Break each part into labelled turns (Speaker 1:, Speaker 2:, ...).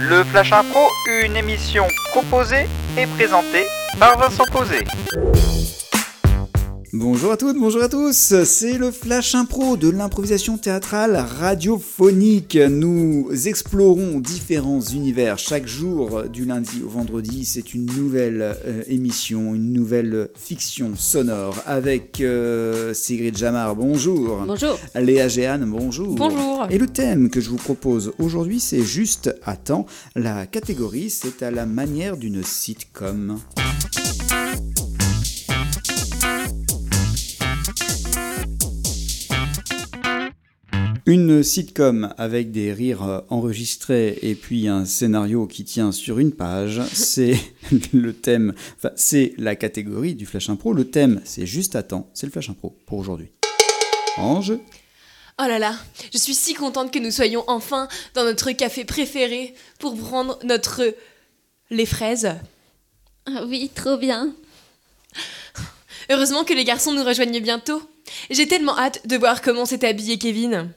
Speaker 1: Le Flash Info, une émission composée et présentée par Vincent Posé.
Speaker 2: Bonjour à toutes, bonjour à tous, c'est le Flash Impro de l'improvisation théâtrale radiophonique. Nous explorons différents univers chaque jour du lundi au vendredi. C'est une nouvelle euh, émission, une nouvelle fiction sonore avec euh, Sigrid Jamar, bonjour.
Speaker 3: Bonjour.
Speaker 2: Léa Géane, bonjour.
Speaker 3: Bonjour.
Speaker 2: Et le thème que je vous propose aujourd'hui, c'est juste à temps. La catégorie, c'est à la manière d'une sitcom. Une sitcom avec des rires euh, enregistrés et puis un scénario qui tient sur une page, c'est le thème, enfin, c'est la catégorie du Flash Impro. Le thème, c'est juste à temps, c'est le Flash Impro pour aujourd'hui. Ange,
Speaker 4: Oh là là, je suis si contente que nous soyons enfin dans notre café préféré pour prendre notre... les fraises.
Speaker 3: Ah Oui, trop bien.
Speaker 4: Heureusement que les garçons nous rejoignent bientôt. J'ai tellement hâte de voir comment s'est habillé Kevin.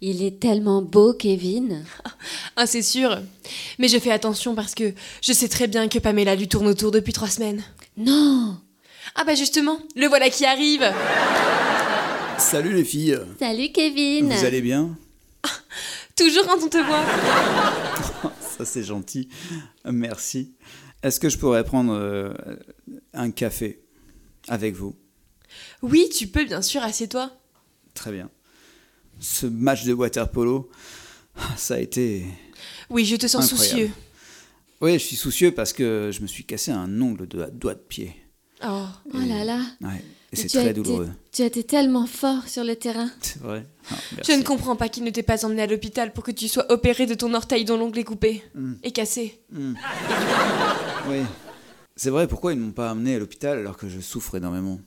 Speaker 3: Il est tellement beau, Kevin.
Speaker 4: Ah, c'est sûr. Mais je fais attention parce que je sais très bien que Pamela lui tourne autour depuis trois semaines.
Speaker 3: Non
Speaker 4: Ah bah justement, le voilà qui arrive.
Speaker 2: salut les filles.
Speaker 3: Salut, Kevin
Speaker 2: Vous allez bien
Speaker 4: Toujours quand on te voit.
Speaker 2: Ça c'est gentil, merci. Est-ce que je pourrais prendre euh, un café avec vous
Speaker 4: Oui, tu peux bien sûr, assieds-toi.
Speaker 2: Très bien. Ce match de water polo, ah, ça a été
Speaker 4: Oui, je te sens
Speaker 2: Incroyable.
Speaker 4: soucieux.
Speaker 2: Oui, je suis soucieux parce que je me suis cassé un ongle de la doigt de pied.
Speaker 4: Oh.
Speaker 3: Oh là là
Speaker 2: Ouais, et
Speaker 3: Mais
Speaker 2: c'est
Speaker 3: tu as
Speaker 2: très
Speaker 3: été-
Speaker 2: douloureux.
Speaker 3: Tu as été tellement fort sur le terrain.
Speaker 2: C'est vrai. Ah,
Speaker 4: Je ne comprends pas qu'il ne t'ait pas emmené à l'hôpital pour que tu sois opéré de ton orteil dont l'ongle est coupé et cassé.
Speaker 2: Oui. C'est vrai, pourquoi ils ne m'ont pas amené à l'hôpital alors que je souffre énormément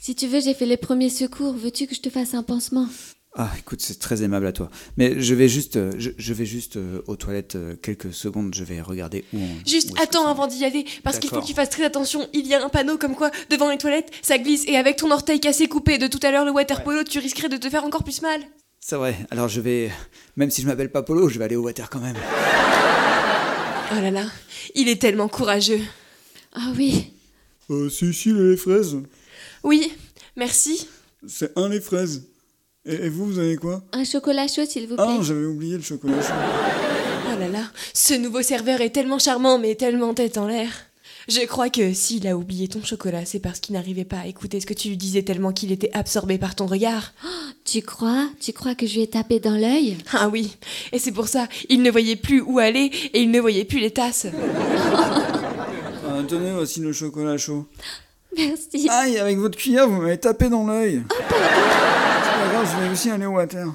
Speaker 3: Si tu veux, j'ai fait les premiers secours. Veux-tu que je te fasse un pansement
Speaker 2: Ah, écoute, c'est très aimable à toi. Mais je vais juste, euh, je, je vais juste euh, aux toilettes euh, quelques secondes, je vais regarder où on.
Speaker 4: Juste
Speaker 2: où est-ce que
Speaker 4: attends
Speaker 2: ça-
Speaker 4: avant d'y aller parce qu'il faut
Speaker 2: D'accord.
Speaker 4: que tu fasses très attention. Il y a un panneau comme quoi devant les toilettes, ça glisse et avec ton orteil cassé coupé de tout à l'heure le water polo, tu risquerais de te faire encore plus mal.
Speaker 2: C'est vrai, alors je vais. Même si je m'appelle pas Polo, je vais aller au water quand même.
Speaker 4: Oh là là, il est tellement courageux.
Speaker 3: Ah oui
Speaker 2: Euh, c'est ici les fraises.
Speaker 4: Oui, merci.
Speaker 2: C'est un les fraises. Et, vous, vous avez quoi Ah
Speaker 3: Un chocolat chaud, s'il vous plaît.
Speaker 2: j'avais oublié le chocolat.
Speaker 4: Oh là là, ce nouveau serveur est tellement charmant mais tellement tête en l'air. Je crois que s'il a oublié ton chocolat, c'est parce qu'il n'arrivait pas à écouter ce que tu lui disais tellement qu'il était absorbé par ton regard.
Speaker 3: Tu crois Tu crois que je lui ai tapé dans l'œil
Speaker 4: Ah oui, et c'est pour ça, il ne voyait plus où aller et il ne voyait plus les tasses.
Speaker 2: Ah, tenez, voici le chocolat chaud.
Speaker 3: Merci.
Speaker 2: Aïe, avec votre cuillère, vous m'avez tapé dans l'œil. C'est pas grave, je vais aussi aller au water.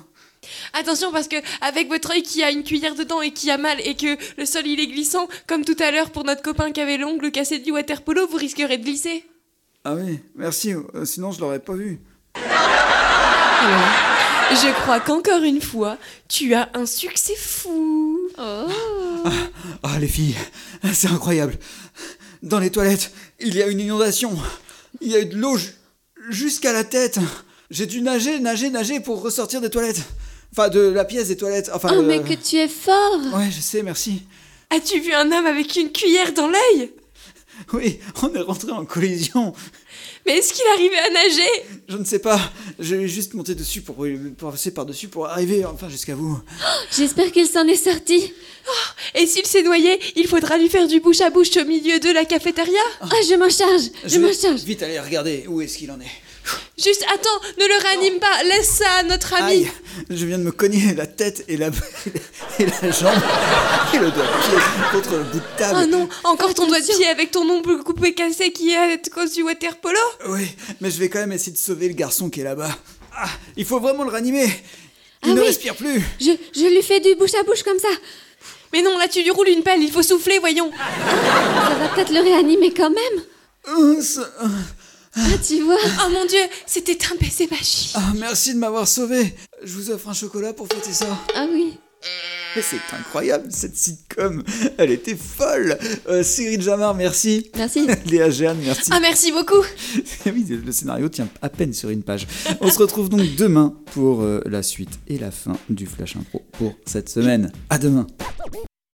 Speaker 4: Attention parce que avec votre œil qui a une cuillère dedans et qui a mal et que le sol il est glissant, comme tout à l'heure pour notre copain qui avait l'ongle cassé du water polo, vous risquerez de glisser.
Speaker 2: Ah oui, merci, euh, sinon je l'aurais pas vu.
Speaker 4: Je crois qu'encore une fois, tu as un succès fou.
Speaker 2: Ah les filles, c'est incroyable. Dans les toilettes, il y a une inondation. Il y a eu de l'eau ju- jusqu'à la tête. J'ai dû nager, nager, nager pour ressortir des toilettes. Enfin, de la pièce des toilettes. Enfin,
Speaker 3: Oh,
Speaker 2: euh,
Speaker 3: mais que tu es fort
Speaker 2: Ouais, je sais, merci.
Speaker 4: As-tu vu un homme avec une cuillère dans l'œil
Speaker 2: Oui, on est rentré en collision.
Speaker 4: Mais est-ce qu'il arrivait à nager
Speaker 2: Je ne sais pas. Je vais juste monter dessus pour, pour passer par-dessus pour arriver enfin jusqu'à vous.
Speaker 3: J'espère qu'il s'en est sorti.
Speaker 4: Et s'il s'est noyé, il faudra lui faire du bouche à bouche au milieu de la cafétéria
Speaker 3: Ah, je m'en charge Je,
Speaker 2: vais
Speaker 3: m'en charge
Speaker 2: Vite, allez regarder où est-ce qu'il en est.
Speaker 4: Juste attends, ne le réanime pas, laisse ça à notre ami.
Speaker 2: Aïe, je viens de me cogner la tête et la, et la jambe et le doigt de pied contre le bout de table.
Speaker 4: Oh non, encore ton doigt de
Speaker 3: Attention.
Speaker 4: pied avec ton ongle coupé cassé qui est à cause du water polo
Speaker 2: Oui, mais je vais quand même essayer de sauver le garçon qui est là-bas. Ah, il faut vraiment le ranimer. Il
Speaker 3: Ah
Speaker 2: ne
Speaker 3: oui.
Speaker 2: respire plus.
Speaker 3: Je, je lui fais du bouche à bouche comme ça
Speaker 4: Mais non, là tu lui roules une pelle, il faut souffler, voyons
Speaker 3: Ça va peut-être le réanimer quand même.
Speaker 2: Hum, ça-
Speaker 3: Ah, tu vois.
Speaker 4: Oh mon dieu, c'était un baiser magique
Speaker 2: Ah, merci de m'avoir sauvé. Je vous offre un chocolat pour fêter ça.
Speaker 3: Ah oui.
Speaker 2: Mais C'est incroyable cette sitcom. Elle était folle. Euh, Cyril Jamar, merci.
Speaker 3: Merci.
Speaker 2: Léa Jeanne, merci.
Speaker 4: Ah merci beaucoup
Speaker 2: Oui, le scénario tient à peine sur une page. On se retrouve donc demain pour euh, la suite et la fin du Flash Impro pour cette semaine. À demain.